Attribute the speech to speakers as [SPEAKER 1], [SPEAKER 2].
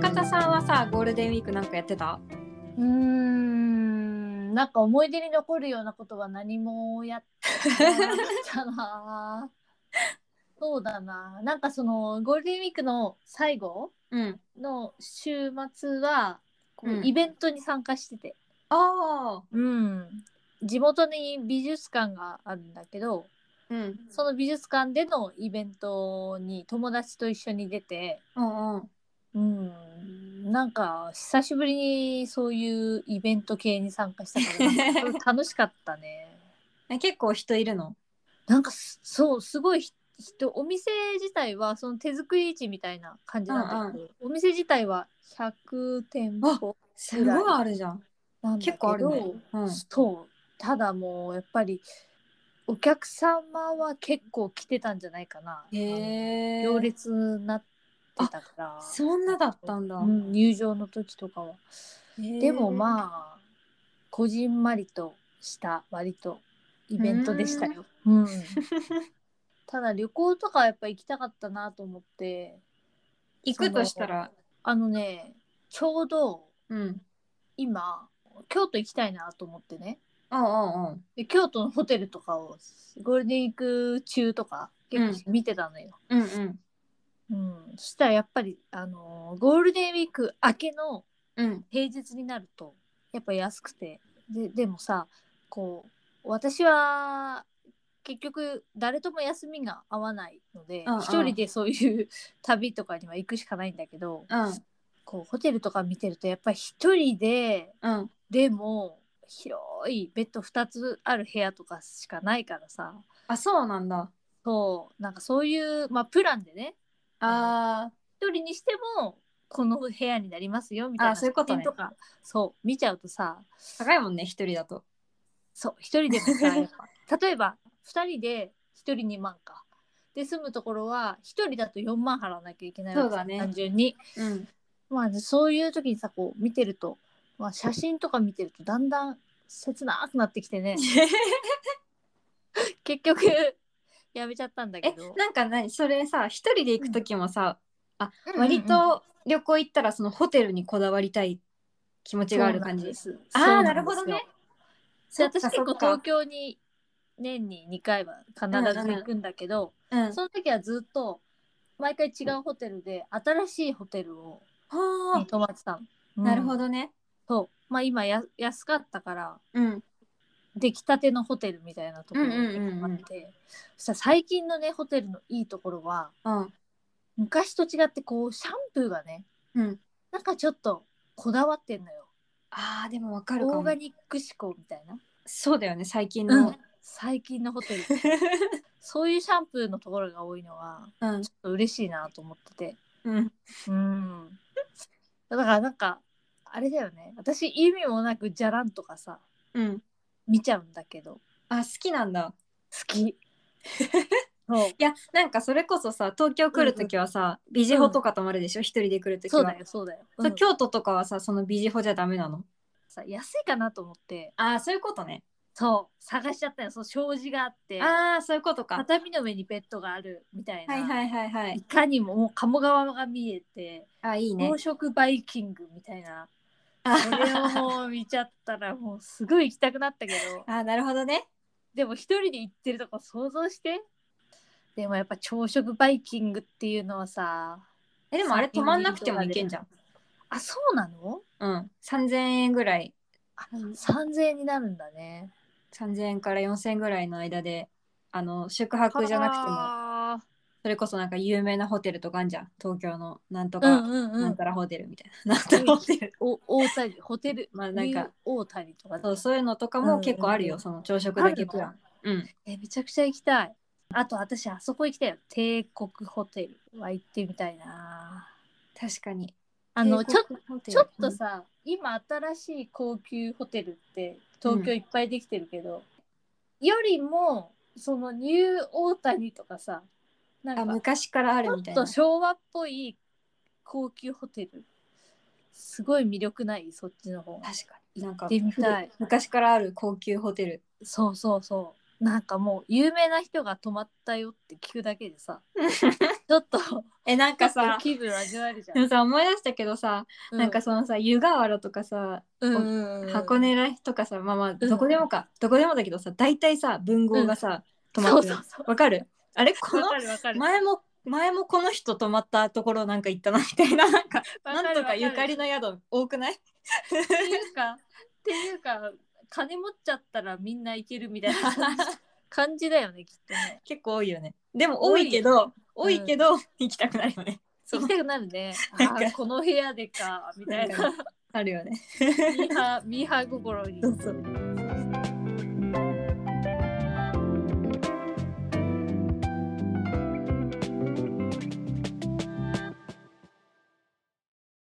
[SPEAKER 1] 塚田さんはさゴールデンウィークなんかやってた
[SPEAKER 2] うーんなんか思い出に残るようなことは何もやってなかったなそうだななんかそのゴールデンウィークの最後
[SPEAKER 1] うん
[SPEAKER 2] の週末はこ
[SPEAKER 1] う
[SPEAKER 2] うんイベントに参加してて、
[SPEAKER 1] ああ
[SPEAKER 2] うん、地元に美術館があるんだけど
[SPEAKER 1] うん
[SPEAKER 2] その美術館でのイベントに友達と一緒に出て、
[SPEAKER 1] うんうん
[SPEAKER 2] うん、なんか久しぶりにそういうイベント系に参加したからなんか楽しかったね。
[SPEAKER 1] え結構人いるの
[SPEAKER 2] なんかすそうすごいひ人お店自体はその手作り市みたいな感じなんだけど、お店自体は100店舗
[SPEAKER 1] すごいあるじゃん
[SPEAKER 2] なんだけ
[SPEAKER 1] 結
[SPEAKER 2] ど
[SPEAKER 1] 構あるねうん
[SPEAKER 2] そうただもうやっぱりお客様は結構来てたんじゃないかな、
[SPEAKER 1] へえ
[SPEAKER 2] 行列になってたから
[SPEAKER 1] そんなだったんだ
[SPEAKER 2] うん入場の時とかはでもまあこじんまりとした割とイベントでしたよ、うん、 ただ旅行とかはやっぱ行きたかったなと思って
[SPEAKER 1] 行くとしたら
[SPEAKER 2] あのねちょうど
[SPEAKER 1] うん
[SPEAKER 2] 今京都行きたいなと思ってね
[SPEAKER 1] うんうんうん
[SPEAKER 2] で京都のホテルとかをゴールデンウィーク中とか結構見てたのよ、
[SPEAKER 1] うんうん
[SPEAKER 2] うんそしたらやっぱり、あのーゴールデンウィーク明けの
[SPEAKER 1] うん
[SPEAKER 2] 平日になるとやっぱ安くてででもさこう私は結局誰とも休みが合わないので
[SPEAKER 1] うんうん
[SPEAKER 2] 一、人でそういう 旅とかには行くしかないんだけど
[SPEAKER 1] うん
[SPEAKER 2] こうホテルとか見てるとやっぱり一人で
[SPEAKER 1] うん
[SPEAKER 2] でも広いベッド2つある部屋とかしかないからさ
[SPEAKER 1] あそうなんだ
[SPEAKER 2] そうなんかそういう、まあ、プランでね
[SPEAKER 1] あ
[SPEAKER 2] 一人にしてもこの部屋になりますよみたいな
[SPEAKER 1] あそういうことね
[SPEAKER 2] 写真かそう見ちゃうとさ
[SPEAKER 1] ー高いもんね一人だと
[SPEAKER 2] そう一人でも さやっぱ例えば2人で1人2万かで住むところは1人だと4万払わなきゃいけないわけ
[SPEAKER 1] そうだね
[SPEAKER 2] 単純に、
[SPEAKER 1] うん
[SPEAKER 2] まあ、そういう時にさこう見てると、まあ、写真とか見てるとだんだん切なくなってき てね結局やめちゃったんだけ
[SPEAKER 1] え
[SPEAKER 2] ど
[SPEAKER 1] なんか何それさ一人で行く時もさ、
[SPEAKER 2] うん
[SPEAKER 1] 割と旅行行ったらそのホテルにこだわりたい気持ちがある感じ
[SPEAKER 2] そうなんで
[SPEAKER 1] あ
[SPEAKER 2] す
[SPEAKER 1] ー
[SPEAKER 2] そう
[SPEAKER 1] なるほどね
[SPEAKER 2] で
[SPEAKER 1] そっか
[SPEAKER 2] 私結
[SPEAKER 1] そ
[SPEAKER 2] 構
[SPEAKER 1] っか
[SPEAKER 2] 東京に年に2回は必ず行くんだけど、
[SPEAKER 1] うん
[SPEAKER 2] その時はずっと毎回違うホテルで新しいホテルを
[SPEAKER 1] は
[SPEAKER 2] に泊まってたの。
[SPEAKER 1] あなるほ
[SPEAKER 2] ど。
[SPEAKER 1] どね
[SPEAKER 2] そう。まあ今や安かったから
[SPEAKER 1] うん
[SPEAKER 2] 出来たてのホテルみたいなところに泊まって、そしたら最近のねホテルのいいところは
[SPEAKER 1] うん
[SPEAKER 2] 昔と違ってこうシャンプーがね
[SPEAKER 1] うん
[SPEAKER 2] なんかちょっとこだわってんのよ。
[SPEAKER 1] あーでもわかるか
[SPEAKER 2] オーガ
[SPEAKER 1] も
[SPEAKER 2] ニック志向みたいな。
[SPEAKER 1] そうだよね最近の
[SPEAKER 2] うん最近のホテルそういうシャンプーのところが多いのは
[SPEAKER 1] うん
[SPEAKER 2] ちょっと嬉しいなと思ってて
[SPEAKER 1] うん
[SPEAKER 2] うんだからなんかあれだよね私意味もなくじゃらんとかさ
[SPEAKER 1] うん
[SPEAKER 2] 見ちゃうんだけど好
[SPEAKER 1] あ好きなんだ
[SPEAKER 2] きそう
[SPEAKER 1] いやなんかそれこそさ東京来る時はさ、ビジホとか泊まるでしょ一人で来る時は
[SPEAKER 2] そうだよそうだよ、
[SPEAKER 1] そう
[SPEAKER 2] うん
[SPEAKER 1] 京都とかはさそのビジホじゃダメなの
[SPEAKER 2] さ安いかなと思って
[SPEAKER 1] ああそういうことね
[SPEAKER 2] そう探しちゃったよそう障子があって
[SPEAKER 1] ああそういうことか
[SPEAKER 2] 畳の上にベッドがあるみたいな、
[SPEAKER 1] はいはいはいはいい
[SPEAKER 2] かにももう鴨川が見えて
[SPEAKER 1] あーいいね
[SPEAKER 2] 宝飾バイキングみたいな
[SPEAKER 1] あ
[SPEAKER 2] それをもう見ちゃったらもうすごい行きたくなったけど
[SPEAKER 1] あーなるほどね
[SPEAKER 2] でも一人で行ってるとこ想像してでもやっぱ朝食バイキングっていうのはさ
[SPEAKER 1] えでもあれ
[SPEAKER 2] 300
[SPEAKER 1] 泊まんなくてもいけんじゃん
[SPEAKER 2] あそうなの
[SPEAKER 1] うん3000円ぐらい
[SPEAKER 2] あ ?3000 円になるんだね
[SPEAKER 1] 3000円から4000円ぐらいの間であの宿泊じゃなくても
[SPEAKER 2] な
[SPEAKER 1] それこそなんか有名なホテルとかあんじゃん東京のなんと
[SPEAKER 2] うん
[SPEAKER 1] か、
[SPEAKER 2] うんう
[SPEAKER 1] なん
[SPEAKER 2] ん
[SPEAKER 1] たらホテルみたいな なんたらホテル
[SPEAKER 2] お大谷ホテル
[SPEAKER 1] まあなんか
[SPEAKER 2] ニュー大谷とかね
[SPEAKER 1] そうそういうのとかも結構あるよ、
[SPEAKER 2] うん
[SPEAKER 1] その朝食だけプ
[SPEAKER 2] あ
[SPEAKER 1] ランうん
[SPEAKER 2] えめちゃくちゃ行きたいあと私あそこ行きたいよ帝国ホテルは行ってみたいな
[SPEAKER 1] 確かに
[SPEAKER 2] あのちょっとちょっと
[SPEAKER 1] さ
[SPEAKER 2] さ、今新しい高級ホテルって東京いっぱいできてるけど、よりもそのニューオータニとかさな
[SPEAKER 1] あ
[SPEAKER 2] んか
[SPEAKER 1] 昔からあ
[SPEAKER 2] ち
[SPEAKER 1] る
[SPEAKER 2] ょ
[SPEAKER 1] みた
[SPEAKER 2] っ
[SPEAKER 1] いな
[SPEAKER 2] と昭和っぽい高級ホテルすごい魅力ないそっちの方が
[SPEAKER 1] 確かになんか
[SPEAKER 2] 行ってみたい
[SPEAKER 1] 昔からある高級ホテル
[SPEAKER 2] そうそうそうなんかもう有名な人が泊まったよって聞くだけ でさちょっと
[SPEAKER 1] えなんかさ
[SPEAKER 2] 気分味わえ るじゃ
[SPEAKER 1] でも
[SPEAKER 2] ん、
[SPEAKER 1] さ思い出したけどさ、なんかそのさ湯河原とかさ、
[SPEAKER 2] うんうんうん
[SPEAKER 1] 箱根らへんとかさまあまあどこでもか、どこでもだけどさ大体さ文豪がさ、泊まってる
[SPEAKER 2] そうそうそう
[SPEAKER 1] わかるあれこ
[SPEAKER 2] わ
[SPEAKER 1] の
[SPEAKER 2] かるわかる
[SPEAKER 1] 前も前もこの人泊まったところなんか行ったなみたいななんか
[SPEAKER 2] わか
[SPEAKER 1] な
[SPEAKER 2] る
[SPEAKER 1] んとかゆかり
[SPEAKER 2] わ
[SPEAKER 1] の宿多くない
[SPEAKER 2] かるっていうかっていうか金持っちゃったらみんな行けるみたいな感じだよねきっとね
[SPEAKER 1] 結構多いよねでも多いけど多
[SPEAKER 2] 多い
[SPEAKER 1] い
[SPEAKER 2] よ
[SPEAKER 1] けど、行きたくなるよねそ
[SPEAKER 2] 行
[SPEAKER 1] う
[SPEAKER 2] きたくなるねあ
[SPEAKER 1] なんか
[SPEAKER 2] ーこの部屋でかみたいな
[SPEAKER 1] あるよね
[SPEAKER 2] ミーハーミーハー心に
[SPEAKER 1] そうそう
[SPEAKER 2] そう